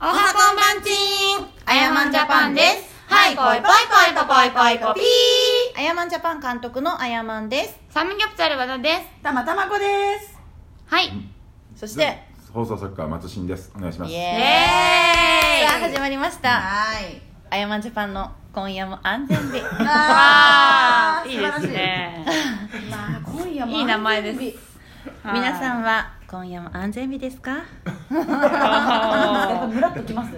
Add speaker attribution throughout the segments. Speaker 1: おはこんばんちーんあやまんジャパンですはい、ぽいぽいぽいとぽいぽいぽいぴ
Speaker 2: あやまんジャパン監督のあやまんです
Speaker 1: ーサムギョプチャル和田です
Speaker 2: たまたまこです
Speaker 1: はい
Speaker 2: そして
Speaker 3: 放送作家松新ですお願いします
Speaker 2: イ
Speaker 1: イ
Speaker 2: エーイ
Speaker 1: エ
Speaker 2: さあ
Speaker 1: ーイ
Speaker 2: 始まりました
Speaker 4: はい。
Speaker 2: あやまんジャパンの今夜も安全 で
Speaker 1: わ
Speaker 4: あ
Speaker 1: ー
Speaker 4: ー
Speaker 1: いいですね
Speaker 4: まあ、今夜も
Speaker 1: いい名前です
Speaker 2: 皆さ
Speaker 1: ん
Speaker 2: んは今夜も安全日ですか
Speaker 4: やっぱムラっときます。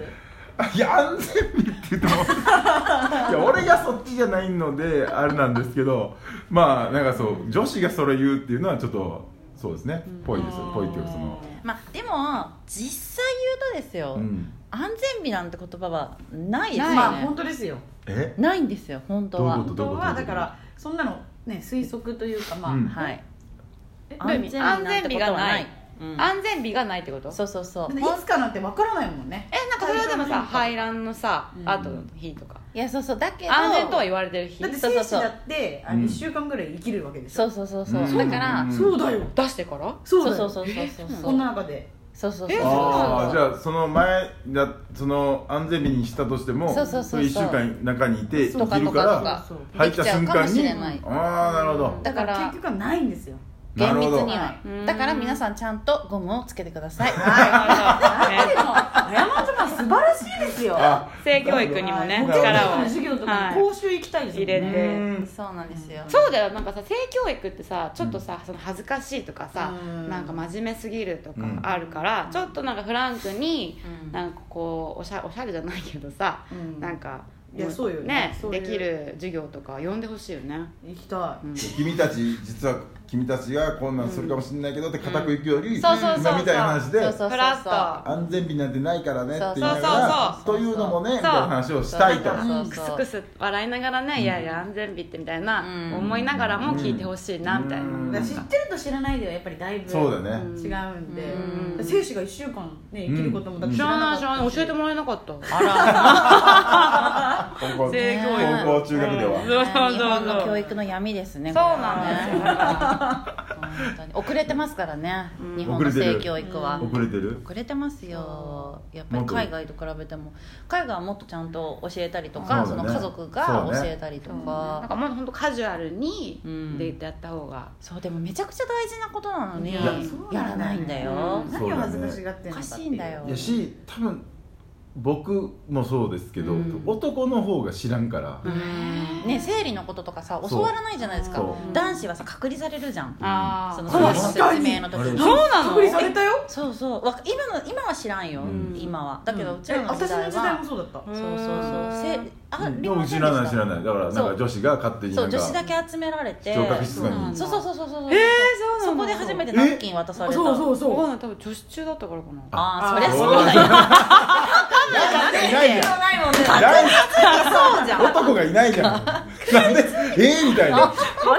Speaker 3: いや安全日って言っても いや俺がそっちじゃないのであれなんですけどまあなんかそう女子がそれ言うっていうのはちょっとそうですねぽいですぽいっていうかその
Speaker 2: まあでも実際言うとですよ、
Speaker 3: うん
Speaker 2: 安全日なんて言葉はないですよね
Speaker 4: まあ、本当ですよ。
Speaker 3: え
Speaker 2: ないんですよ本当は
Speaker 3: どういうこ
Speaker 4: 本
Speaker 3: ど
Speaker 4: 当
Speaker 3: こ
Speaker 4: は、だから、そんなの、ね、推測というか、まあ。
Speaker 3: うん
Speaker 2: はい
Speaker 4: えどういう意
Speaker 2: 安
Speaker 4: 味
Speaker 2: 全日なんてことはない
Speaker 1: 安
Speaker 2: うん
Speaker 1: 安全日がないってこと
Speaker 2: そうそうそう
Speaker 4: いつかなんてわからないもんね。
Speaker 1: えなんかそれはでもさ
Speaker 4: はい。
Speaker 1: 排卵のさ
Speaker 4: うん
Speaker 1: 後の日とか
Speaker 2: いやそうそうだけど
Speaker 1: 安全とは言われてる日
Speaker 4: だって、
Speaker 2: そう
Speaker 4: 精
Speaker 2: そうそう
Speaker 4: 子だって、
Speaker 3: う
Speaker 4: あの、
Speaker 3: ん
Speaker 4: 一週間ぐらい生きるわけでし
Speaker 2: そ
Speaker 4: ょ
Speaker 2: うそうそうそう、
Speaker 3: うん
Speaker 2: だから
Speaker 3: ん
Speaker 4: そうだよ。
Speaker 1: 出してから
Speaker 2: そ
Speaker 4: そううだ
Speaker 2: そ
Speaker 4: よ。
Speaker 2: うそうそうそうそう
Speaker 4: こんな中で。
Speaker 2: そうそうそう
Speaker 1: え
Speaker 3: ああじ
Speaker 2: そ
Speaker 3: ゃあその前だその安全日にしたとしても
Speaker 2: そうそうそうそう
Speaker 3: 1週間中にいて
Speaker 2: と
Speaker 3: 生
Speaker 2: か
Speaker 3: き
Speaker 2: と
Speaker 3: る
Speaker 2: か
Speaker 3: か
Speaker 2: と
Speaker 3: ら
Speaker 2: か
Speaker 4: そう
Speaker 3: 入った瞬間
Speaker 2: できち
Speaker 3: に
Speaker 2: ゃうかもしれない
Speaker 3: ああなるほど
Speaker 2: だから
Speaker 4: 結局はないんですよ。
Speaker 3: なる
Speaker 2: 厳密
Speaker 3: ほど
Speaker 2: には
Speaker 1: うん
Speaker 2: だから皆さんちゃんとゴムをつけてください
Speaker 4: でも、あやまんちゃんは素晴らし いですよ。
Speaker 3: あ
Speaker 1: 性教育にもね
Speaker 4: はい
Speaker 1: 力を
Speaker 4: 僕らの授業とかに講習行きたいですもん
Speaker 1: 入れて
Speaker 4: ね。
Speaker 3: うん
Speaker 2: そうなんですよ
Speaker 1: そうだよなんかさ性教育ってさちょっとさ、その恥ずかしいとかさ、
Speaker 4: うん
Speaker 1: なんか真面目すぎると
Speaker 3: う
Speaker 1: か
Speaker 3: ん
Speaker 1: あるから、ちょっとなんかフランクに、
Speaker 2: うん
Speaker 1: なんかこうおしゃおしゃれじゃないけどさ、
Speaker 4: うん
Speaker 1: なんか
Speaker 4: いや
Speaker 1: も
Speaker 4: そうよねそうい
Speaker 1: で
Speaker 4: う
Speaker 1: きる授業とか呼んでほしいよね
Speaker 4: 行きたい。
Speaker 3: 君たち実は君たちがこんなんするかもしれないけどって固くいくより、
Speaker 1: うんそうそうそうそう
Speaker 3: 今みたいな話で
Speaker 2: そうそう
Speaker 1: フラッと
Speaker 3: 安全日なんてないからねって言いながら
Speaker 2: そうそうそう
Speaker 3: というのもね
Speaker 1: そう
Speaker 3: みたいな話をしたいと
Speaker 2: そうそう
Speaker 1: ク
Speaker 2: そう
Speaker 1: スクス笑いながらね、いやいや安全日ってみたいな、
Speaker 2: うん
Speaker 1: 思いながらも聞いてほしいな、
Speaker 3: うん
Speaker 1: みたいな、
Speaker 3: うん
Speaker 4: だから知ってると知らないではやっぱりだいぶ
Speaker 3: そうだね
Speaker 4: 違うんで、
Speaker 1: うん
Speaker 4: 精子が1週間、ね、生きることもだって
Speaker 1: 知らない知らない教えて
Speaker 4: も
Speaker 1: もらえなかった
Speaker 2: あら
Speaker 3: 高校
Speaker 1: 性教
Speaker 2: 育
Speaker 3: 高校中学で
Speaker 1: うんそ
Speaker 3: は、
Speaker 1: うそうそう
Speaker 2: 日本の教育の闇ですね
Speaker 1: そう なん
Speaker 2: これはね本当に遅れてますからね、
Speaker 1: うん
Speaker 2: 日本の性教育は
Speaker 3: 遅れてる
Speaker 2: 遅れてますよやっぱり海外と比べても海外はもっとちゃんと教えたりとか
Speaker 3: そ
Speaker 2: そう
Speaker 3: だね
Speaker 2: の家族が教えたりと
Speaker 1: なん
Speaker 2: か
Speaker 1: かもう本当カジュアルに
Speaker 2: うん
Speaker 1: でやった方が、
Speaker 2: そうでもめちゃくちゃ大事なことなのに
Speaker 4: い
Speaker 2: や
Speaker 4: やそうなんだよ
Speaker 2: らないんだよ
Speaker 3: うん
Speaker 4: 何を恥ずかしがって
Speaker 2: お
Speaker 4: んのか
Speaker 2: か
Speaker 4: っ
Speaker 2: し
Speaker 4: てい
Speaker 2: い
Speaker 4: うん
Speaker 2: だよ
Speaker 3: いやし多分僕もそうですけど、
Speaker 2: うん
Speaker 3: 男の方が知らんから、
Speaker 1: うん
Speaker 2: ね生理のこととかさ
Speaker 3: そ
Speaker 2: 教
Speaker 3: う
Speaker 2: わらないじゃないですか
Speaker 3: そう
Speaker 2: 男子はさ隔離されるじゃん
Speaker 1: ああ
Speaker 2: その
Speaker 3: 確かに
Speaker 2: 説明の時に
Speaker 3: あれ
Speaker 1: そうなの
Speaker 4: 隔離されたよ
Speaker 2: そうそうわ今の今は知らんよ、
Speaker 3: うん
Speaker 2: 今はだけどうちら
Speaker 4: え
Speaker 2: の時
Speaker 4: 私の
Speaker 2: 代
Speaker 4: 時代
Speaker 2: は
Speaker 4: もそうだった、
Speaker 1: ん
Speaker 2: そうそうそうせあ
Speaker 3: うん
Speaker 2: りませ
Speaker 3: 知
Speaker 2: んで
Speaker 3: ら
Speaker 2: した
Speaker 3: ない知らないだからなんか女子が勝手に
Speaker 2: そ
Speaker 3: な
Speaker 2: うん女
Speaker 3: か
Speaker 2: 子だけ集められて
Speaker 3: 聴覚室
Speaker 1: そうなん
Speaker 3: 内
Speaker 1: だ
Speaker 3: に
Speaker 2: そうそうそうそうそうそう、
Speaker 1: えーそうな
Speaker 2: そ
Speaker 1: ん
Speaker 2: こ
Speaker 1: だ
Speaker 2: で初めてナプキン渡された
Speaker 4: そうそう
Speaker 1: わかん
Speaker 4: そう
Speaker 1: ない多分女子中だったからかな
Speaker 2: ああそ
Speaker 4: あー
Speaker 2: りゃ
Speaker 3: そ
Speaker 2: そううだよ
Speaker 3: いないじゃん
Speaker 4: ないもんね
Speaker 3: いない男がいないじゃんなんでえー、みたいな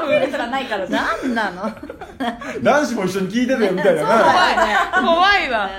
Speaker 4: 隠れたらないからね
Speaker 2: なんなの
Speaker 3: 男子も一緒に聞いてたよみたいな
Speaker 2: そう
Speaker 3: な
Speaker 2: だよね
Speaker 1: 怖いわ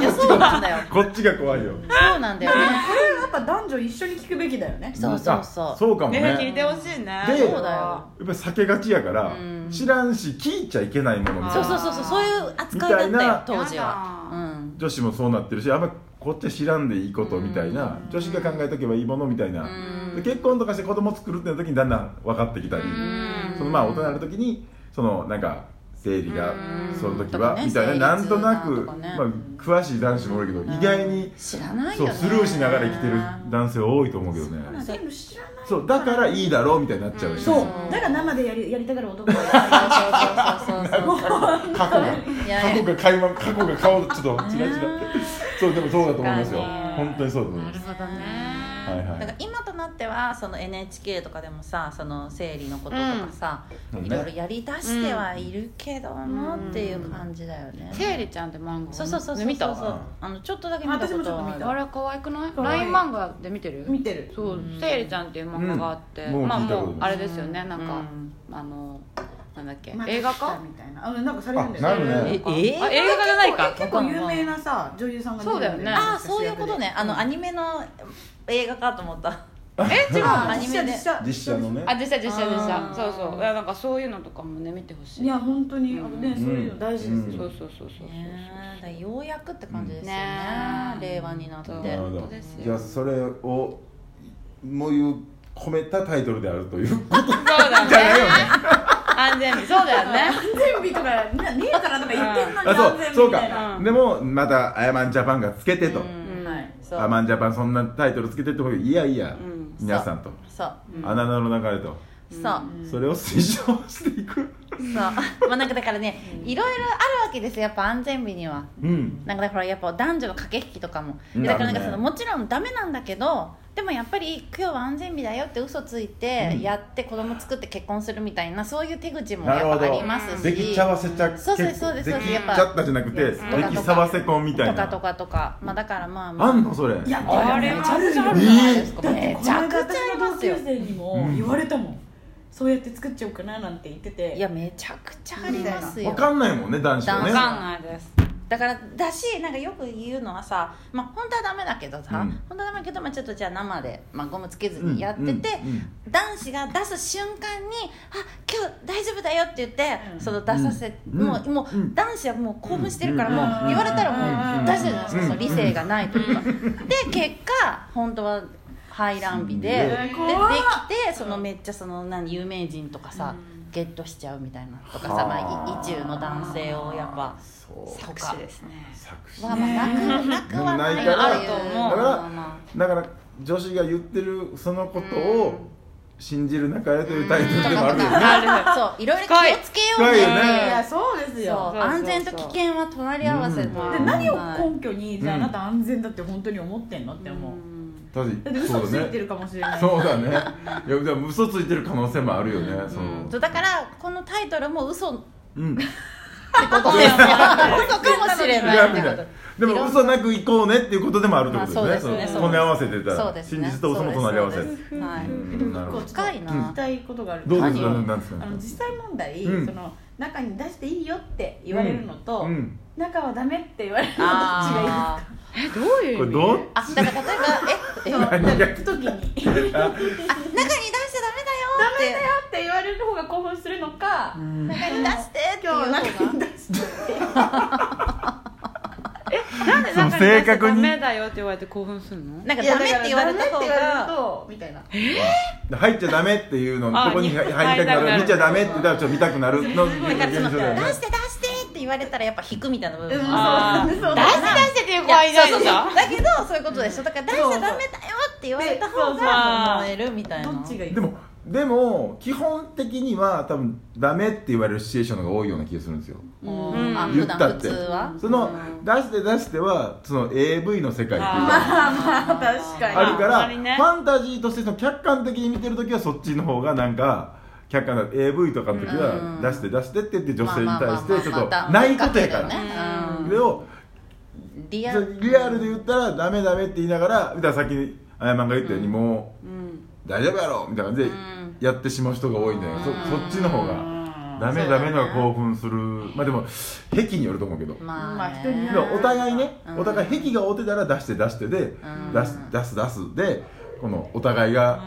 Speaker 2: いやそうなんだよ
Speaker 3: こっちが怖いよ
Speaker 2: そうなんだよね
Speaker 4: これはやっぱ男女一緒に聞くべきだよね
Speaker 2: そうそうそう
Speaker 3: あそうかも
Speaker 1: ね
Speaker 3: ね
Speaker 1: 聞いてほしいね
Speaker 3: で
Speaker 2: そうだよ
Speaker 3: やっぱり避けがちやから、
Speaker 2: うん
Speaker 3: 知らんし聞いちゃいけないものみたい
Speaker 2: そう
Speaker 3: な
Speaker 2: そうそうそうそういう扱い
Speaker 3: みたい
Speaker 2: だ
Speaker 3: な
Speaker 2: ったよ当時はう
Speaker 1: や
Speaker 2: ん
Speaker 3: 女子もそうなってるしあんまこっちは知らんでいいことみたいな、女子が考えとけばいいものみたいな、
Speaker 2: うん
Speaker 3: で結婚とかして子供作るってな時にだんだん分かってきたり、
Speaker 2: ん
Speaker 3: そのまあ大人の時にそのなんか生理が
Speaker 2: うん
Speaker 3: その時
Speaker 2: と
Speaker 3: は、
Speaker 2: かね
Speaker 3: みたいなな
Speaker 2: 生
Speaker 3: ん
Speaker 2: 理
Speaker 3: と
Speaker 2: 痛
Speaker 3: な
Speaker 2: だ
Speaker 3: く
Speaker 2: とかね
Speaker 3: まあ、詳しい男子もおるけど、意外に
Speaker 2: 知らないよ
Speaker 3: そう
Speaker 2: ね
Speaker 3: スルーしながら生きてる男性多いと思うけどね
Speaker 4: 全部知らない
Speaker 3: そうだからいいだろうみたいになっちゃうよね
Speaker 4: そううんだから生でやりやりたがる男がいない
Speaker 2: そうそう そうそうそう
Speaker 3: 過去が
Speaker 2: いやいや
Speaker 3: 過去が垣間過去が顔ちょっとチラチラってそうでもそうだと思いますよ
Speaker 2: 確かに
Speaker 3: 本当にそうだと思います
Speaker 1: ほどね
Speaker 3: はい
Speaker 2: だか
Speaker 3: は
Speaker 2: ら今となってはその NHK とかでもさその生理のこととかさ、
Speaker 3: うん
Speaker 2: いろいろやりだしてはいるけども、っていう感じだよね、
Speaker 1: セイリちゃんって漫画
Speaker 2: そうそうそうそ
Speaker 1: ね
Speaker 2: う
Speaker 1: 見た
Speaker 2: そうそうあのちょっとだけ見たことはあ
Speaker 4: 私もちょっと見
Speaker 2: る
Speaker 4: た
Speaker 1: あれ可愛くない
Speaker 4: 可愛い
Speaker 1: LINE 漫画で見てる
Speaker 4: 見てる
Speaker 1: そうセイリちゃんっていう漫画があって
Speaker 3: うん
Speaker 1: まあ
Speaker 3: もう聞いたこと
Speaker 1: もうあれですよねなん
Speaker 2: う
Speaker 1: か
Speaker 2: ん
Speaker 1: あのなんだっけ
Speaker 4: また
Speaker 1: 映画
Speaker 4: 来た
Speaker 1: 化
Speaker 4: みたいなあなんかされるんだよ
Speaker 3: あなるね
Speaker 1: あ
Speaker 2: え
Speaker 1: 映画化じゃないか
Speaker 4: 結構有名なさ女優さんが出てるんよ
Speaker 1: そうだよね
Speaker 2: ああそういうことねあのアニメの映画かと思った
Speaker 5: え違う
Speaker 4: あ
Speaker 5: の
Speaker 2: アニメで
Speaker 4: 実写
Speaker 3: 実写のね
Speaker 5: あ実際実写実
Speaker 2: あー
Speaker 5: 写そうそういやなんかそういうのとかもね見てほしい
Speaker 4: いや本当にあのね、
Speaker 5: うん
Speaker 4: そういうの大事ですよ、
Speaker 5: そうそうそうそうそう
Speaker 2: ねえだからようやくって感じですよね
Speaker 5: ねえ
Speaker 2: 令和になって
Speaker 5: そう
Speaker 3: なるほ
Speaker 5: 本
Speaker 3: ど
Speaker 5: 当ですよ
Speaker 3: じゃあそれをもういう込めたタイトルであるという
Speaker 5: そうだね安全日そうだよね
Speaker 4: 安全日とかなねえからとか言ってんのに
Speaker 3: あ
Speaker 4: 安
Speaker 3: そ
Speaker 4: 全
Speaker 3: う
Speaker 4: 日
Speaker 3: そう
Speaker 4: みたいな
Speaker 3: かでもまた「あやまんジャパン」がつけてと
Speaker 2: うん
Speaker 5: うん
Speaker 4: はい
Speaker 3: 「
Speaker 2: そ
Speaker 3: あや
Speaker 2: う
Speaker 3: まんジャパン」そんなタイトルつけてっていやいや
Speaker 5: うん
Speaker 3: 皆さんと
Speaker 2: そう
Speaker 3: 穴の流れと
Speaker 2: そう
Speaker 3: それを推奨していく
Speaker 2: そうまあなんかだからねいろいろあるわけですよやっぱ安全日には
Speaker 3: うん
Speaker 2: なんかだからやっぱ男女の駆け引きとかも
Speaker 3: うん
Speaker 2: だからなんかそ
Speaker 3: あ
Speaker 2: の
Speaker 3: るね
Speaker 2: もちろんダメなんだけどでもやっぱり今日は安全日だよって嘘ついて
Speaker 3: うん
Speaker 2: やって子供作って結婚するみたいなそういう手口も
Speaker 3: なる
Speaker 2: や
Speaker 3: ほ
Speaker 2: っぱ
Speaker 3: ど
Speaker 2: ありますし
Speaker 3: できちゃわせちゃ
Speaker 2: そうそうそうです
Speaker 3: で
Speaker 2: そうです
Speaker 3: きち
Speaker 2: やっぱ
Speaker 3: ゃったじゃなくてで
Speaker 2: とか
Speaker 3: きさわせ婚みた
Speaker 2: とか
Speaker 3: い
Speaker 2: と
Speaker 3: な
Speaker 2: かとかまあだからまあま
Speaker 3: あん
Speaker 2: あ
Speaker 3: のそれ
Speaker 4: いや
Speaker 5: あ
Speaker 4: あ
Speaker 5: れ
Speaker 4: れ
Speaker 5: め
Speaker 4: め
Speaker 5: ち
Speaker 4: ち
Speaker 5: ゃく
Speaker 4: ゃ
Speaker 5: ち
Speaker 4: くち
Speaker 5: ゃ
Speaker 4: ゃ
Speaker 5: あ
Speaker 4: あ
Speaker 5: る
Speaker 4: る
Speaker 5: じ
Speaker 4: じ
Speaker 5: ゃ
Speaker 4: ゃ
Speaker 5: な
Speaker 4: ない
Speaker 5: で
Speaker 4: いですす
Speaker 5: か
Speaker 4: か
Speaker 2: めちゃくちゃありますよ
Speaker 4: 同級生にも言われたもん、そうやって作っちゃおうかななんて言ってて
Speaker 2: いやめちゃくちゃありますよ
Speaker 3: わかんないもんね男子はね
Speaker 5: わかんないです
Speaker 2: だからだしなんかよく言うのはさまあ本当はダメだけどさ、
Speaker 3: うん
Speaker 2: 本当はダメだけど、まあ、ちょっとじゃあ生で、まあ、ゴムつけずにやってて、
Speaker 3: うんうんうん
Speaker 2: 男子が出す瞬間に「あ今日大丈夫だよ」って言って、
Speaker 4: うん
Speaker 2: その出させ、
Speaker 3: うん
Speaker 2: もうもう、
Speaker 3: うん
Speaker 2: 男子はもう興奮してるから、
Speaker 3: うん
Speaker 2: もう言われたら
Speaker 4: う
Speaker 2: もうん出してるじゃないですか、
Speaker 3: うん
Speaker 2: その理性がないというか。で結果本当は排卵日ででで
Speaker 4: えー怖っ
Speaker 2: きてそのめっちゃその何有名人とかさ、ゲットしちゃうみたいなとかさ、
Speaker 3: はあ
Speaker 2: まあ、い意中の男性をやっぱ。
Speaker 3: そう
Speaker 2: と
Speaker 5: 作
Speaker 2: か
Speaker 5: 詞ですね
Speaker 3: 作詞
Speaker 2: はまあなくなくはない
Speaker 3: だから
Speaker 5: あると思う
Speaker 3: だから
Speaker 5: まあま
Speaker 3: だから女子が言ってるそのことを信じる中へというタイトル
Speaker 2: と
Speaker 3: でもあ
Speaker 2: か
Speaker 3: る
Speaker 2: と
Speaker 3: よね
Speaker 2: かそういろいろ気をつけようねって
Speaker 3: 深い
Speaker 4: い
Speaker 2: いう
Speaker 4: やそうです
Speaker 2: そ
Speaker 4: よ
Speaker 2: う安全と危険は隣り合わせで
Speaker 5: うん
Speaker 4: で何を
Speaker 2: はい
Speaker 4: 根拠にじゃああなた安全だって本当に思ってんのって思う、
Speaker 3: 確か
Speaker 4: だって
Speaker 3: に
Speaker 4: 嘘
Speaker 3: そう
Speaker 4: つ
Speaker 3: だ
Speaker 4: いて
Speaker 3: ね
Speaker 4: るかもしれない
Speaker 3: そうだねいやでも嘘ついてる可能性もあるよねその
Speaker 2: そうだからこのタイトルも嘘って
Speaker 3: うん
Speaker 2: ことですよ嘘かもしれない
Speaker 3: 裏
Speaker 2: っ
Speaker 3: み
Speaker 2: て
Speaker 3: た
Speaker 2: こ
Speaker 3: い
Speaker 2: と
Speaker 3: なでも嘘なく行こうねっていうことでもあるってことです
Speaker 2: まあそうで
Speaker 3: ね
Speaker 2: すね
Speaker 3: その隣り合わせて
Speaker 2: そ
Speaker 3: た
Speaker 2: う
Speaker 3: ら
Speaker 2: です
Speaker 3: 真
Speaker 2: ね
Speaker 3: 実と嘘の隣り合わせ
Speaker 2: そう
Speaker 3: う
Speaker 2: ですはい
Speaker 3: んなるほ
Speaker 4: こ
Speaker 3: ど
Speaker 4: う
Speaker 2: 深いな
Speaker 4: 聞きたいことがある
Speaker 3: どうです
Speaker 2: 何
Speaker 3: か
Speaker 2: を
Speaker 3: なんですか
Speaker 4: あの実際問題、
Speaker 3: うん
Speaker 4: その中に出していいよって言われるのと、
Speaker 3: うん
Speaker 4: 中はダメって言われるのと違いま
Speaker 2: あ
Speaker 5: えどうい
Speaker 3: これどう
Speaker 2: ーあだから例えばえ
Speaker 4: すなんか聞く時にダメ
Speaker 2: あ中に出しちゃダ
Speaker 4: だよ
Speaker 2: メだよ
Speaker 4: って言われる方が興奮するの
Speaker 2: っ
Speaker 4: か、
Speaker 2: て中に出してっていう
Speaker 4: 今日
Speaker 2: の
Speaker 4: 中に
Speaker 2: が
Speaker 4: 出して
Speaker 5: なんでなんか
Speaker 3: 正確に
Speaker 5: ダメだよって言われて興奮するの
Speaker 2: なんかダメって言われた方
Speaker 4: いやだからダメって言われる
Speaker 2: が
Speaker 4: とみたいな
Speaker 3: 入っちゃダメっていうの
Speaker 5: あ
Speaker 3: のとこに
Speaker 5: に
Speaker 3: 入りたくな
Speaker 5: 入りたくなる
Speaker 3: る見ちゃダメって言ったらちょっと見たくなるの現
Speaker 2: だからその出
Speaker 3: 象だよね
Speaker 2: して出してって言われたらやっぱ引くみたいな部分も
Speaker 5: あ
Speaker 2: ある
Speaker 5: ー
Speaker 4: そうそうそう
Speaker 5: 出して出してっていう子はいないでしょ
Speaker 2: だけどそういうことでしょだから出しちゃダメだよって言われた方が
Speaker 5: で
Speaker 2: 燃えるみたいな
Speaker 4: どっちがいい
Speaker 3: でもでも基本的には多分ダメって言われるシチュエーションの方が多いような気がするんですよ
Speaker 2: うんあ
Speaker 3: 言
Speaker 2: 普
Speaker 3: っ
Speaker 2: 段
Speaker 3: たっ
Speaker 2: 普通
Speaker 3: て
Speaker 2: は
Speaker 3: その出して出してはその AV の世界っていうか
Speaker 4: まあ確かに
Speaker 3: あるか
Speaker 5: あ
Speaker 3: ら
Speaker 5: んま
Speaker 3: フ
Speaker 5: りね
Speaker 3: ァンタジーとしてその客観的に見てる時はそっちの方がなんか客観的 AV とかの時
Speaker 2: う
Speaker 3: は
Speaker 2: ん
Speaker 3: 出して出してって言って女性に対してちょっと
Speaker 2: まあまあまあまあ
Speaker 3: ないことやから
Speaker 2: うん
Speaker 3: それを
Speaker 2: リ
Speaker 3: リ
Speaker 2: ア
Speaker 3: ア
Speaker 2: ル
Speaker 3: ルで言ったらダメダメって言いながら歌さっきあやまんが言ったようにも
Speaker 5: うん
Speaker 3: う大丈夫やろみたいな感じで
Speaker 2: うん
Speaker 3: やってしまう人が多いんだよそそっちの方が。ダメ
Speaker 2: そうだ
Speaker 3: ダ
Speaker 2: ね
Speaker 3: メのが興奮するまあでも癖によると思うけど、
Speaker 2: ま
Speaker 4: ま
Speaker 2: あ
Speaker 4: あ人
Speaker 2: ね
Speaker 4: によ
Speaker 3: でもお互いね、
Speaker 2: うん
Speaker 3: お互い癖が合うてたら出して出してで、出す出す出すでこのお互いが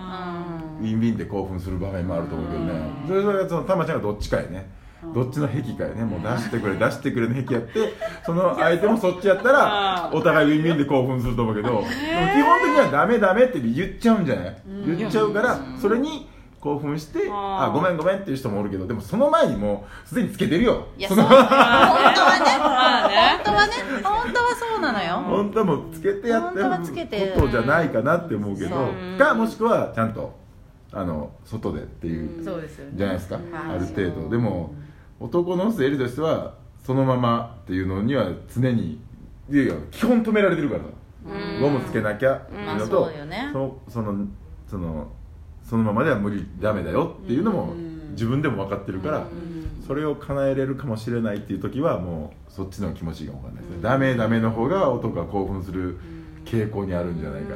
Speaker 3: ウィンウィンで興奮する場面もあると思うけどね、それぞれがそのたまちゃんがどっちかやねどっちの癖かやねもう出してくれ出してくれの癖やってその相手もそっちやったらお互いウィンウィンで興奮すると思うけどでも基本的にはダメダメって言っちゃうんじゃない言っちゃうからそれに興奮して
Speaker 5: あー
Speaker 3: あごめんごめんっていう人もおるけどでもその前にもうすでにつけてるよ
Speaker 2: いやそ
Speaker 3: そう
Speaker 2: な
Speaker 3: の
Speaker 2: のよ本当
Speaker 5: まあ
Speaker 2: はね
Speaker 5: ね
Speaker 2: 本当はね本当はそうなのよ
Speaker 3: 本当はもうつけてやって
Speaker 2: 本当はつけて
Speaker 3: ることじゃないかなって思うけど
Speaker 5: うん
Speaker 3: かもしくはちゃんとあの外でっていう
Speaker 4: そうですよね
Speaker 3: じゃないですか
Speaker 4: ん
Speaker 3: ある程度でも男の生理としてはそのままっていうのには常にいやいや基本止められてるからゴムつけなきゃっていう
Speaker 2: ま
Speaker 3: の
Speaker 2: あ
Speaker 3: と
Speaker 2: そうよね
Speaker 3: そそのそのそのままでは無理ダメだよっていうのも自分でも分かってるからそれを叶えれるかもしれないっていう時はもうそっちの気持ちが分かんないですね、ダメダメの方が男が興奮する傾向にあるんじゃないかな、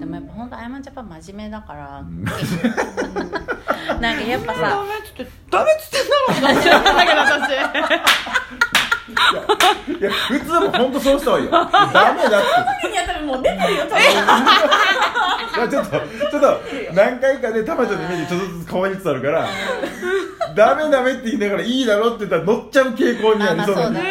Speaker 2: でもやっぱ本当あやまんジャパン真面目だから
Speaker 3: ん
Speaker 2: なんかやっぱ
Speaker 5: ダ
Speaker 2: さ
Speaker 5: メっつってダメっつってんだろうな知らないけど私
Speaker 3: いや普通も本当そうした方がいいよダメだって
Speaker 4: 次にやったらもう出てるよ多分
Speaker 3: ちょっとちょっと何回かでたまちゃんのイメージちょっとずつ変わりつつあるからダメダメって言いながらいいだろって言ったら乗っちゃう傾向にありそ
Speaker 2: あまあそ
Speaker 3: うな
Speaker 2: うだね
Speaker 3: しょうがね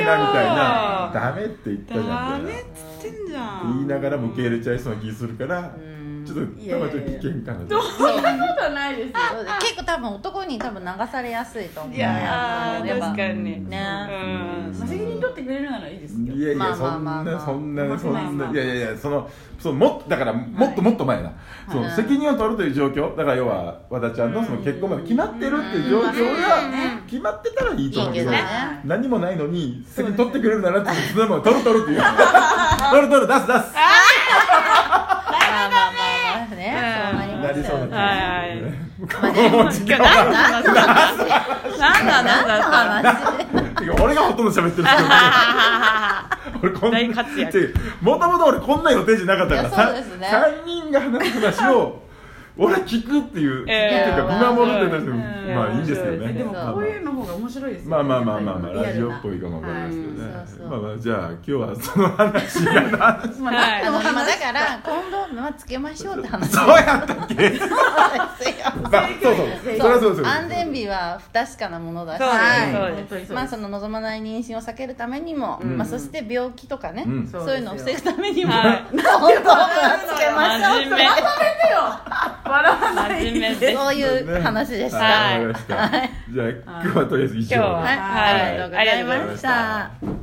Speaker 3: えなみたいなダメって言ったじゃ
Speaker 5: ダ
Speaker 3: んみ
Speaker 5: メ
Speaker 3: た
Speaker 5: っつ
Speaker 3: いな
Speaker 5: ってんじゃん
Speaker 3: 言いながらも受け入れちゃいそうな気するから
Speaker 2: うん
Speaker 3: ちょっとたまちゃん危険かなと
Speaker 4: そんなことないですよ
Speaker 2: そうです結構多分男に多分流されやすいと思う
Speaker 5: いやー
Speaker 2: やっぱ
Speaker 5: 確かに
Speaker 2: ね
Speaker 5: うん
Speaker 4: まあ責任取ってくれるならいいですけど
Speaker 3: いやい
Speaker 2: ま
Speaker 3: や
Speaker 2: あ
Speaker 3: そ
Speaker 2: まあ
Speaker 3: ん
Speaker 2: まあま
Speaker 3: な
Speaker 2: あ
Speaker 3: そんなそん
Speaker 4: まあまあま
Speaker 3: な
Speaker 4: あ
Speaker 3: いやいやいやそのそうもっとだからもっともっと前なそう
Speaker 2: はい
Speaker 3: 責任を取るという状況だから要は和田ちゃんのその結婚まで決まってるっていう状況が決まってたらいいと思うけど
Speaker 2: いいけどね
Speaker 3: 何もないのに責任取ってくれるならってそのまま取る取るっていう取る取る出す出す
Speaker 2: まあまあまあまあねそうなり
Speaker 3: な
Speaker 2: ま
Speaker 3: り
Speaker 2: す
Speaker 3: そう
Speaker 2: よ
Speaker 3: な気
Speaker 2: ね
Speaker 3: がするね もう時
Speaker 5: 今
Speaker 3: 間
Speaker 5: 日何の話何の話
Speaker 2: 何の
Speaker 5: だっ
Speaker 2: 話
Speaker 3: いや俺がほとんど喋ってるけど俺こんな
Speaker 5: 大活躍
Speaker 3: 違うもともと俺こんな予定じゃなかったから
Speaker 2: いやそうですね
Speaker 3: 3人が話す話を俺は聞くっていう、
Speaker 5: え
Speaker 3: 聞
Speaker 2: ー
Speaker 3: くっていうか見守るってなっても、
Speaker 5: うん
Speaker 3: まあいいんですけど
Speaker 5: 面白い
Speaker 3: ね
Speaker 4: でも
Speaker 3: まあ
Speaker 4: こういうの方が面白いですよ
Speaker 3: まあまあまあまあまあラジオっぽ
Speaker 4: い
Speaker 3: いかもわかりますけどね、
Speaker 2: はいそうそう
Speaker 3: まあまあじゃあ今日はその話がな
Speaker 5: たはい
Speaker 2: あのまあだからコンドームはつけましょうって話
Speaker 3: そうやったっけ まあそうそうそれはそうです
Speaker 2: 安全日は不確かなものだし
Speaker 5: そうです
Speaker 2: はい
Speaker 5: そうです
Speaker 4: 本当にそう
Speaker 2: ま
Speaker 4: で
Speaker 2: あ
Speaker 4: す
Speaker 2: その望まない妊娠を避けるためにも、
Speaker 3: うん
Speaker 2: まあ、そして病気とかね、
Speaker 3: うん
Speaker 2: そういうのを防ぐためにも、
Speaker 5: はい
Speaker 2: 本当はつけま しょう
Speaker 5: 真面目
Speaker 4: 笑わない
Speaker 5: 真面目です
Speaker 2: そういう話でした。
Speaker 3: はいわかりましたじゃあ今日はとりあえず以上
Speaker 5: 今日は
Speaker 3: で
Speaker 5: はい
Speaker 2: はい、ありがとうございました。
Speaker 3: ありがとうございました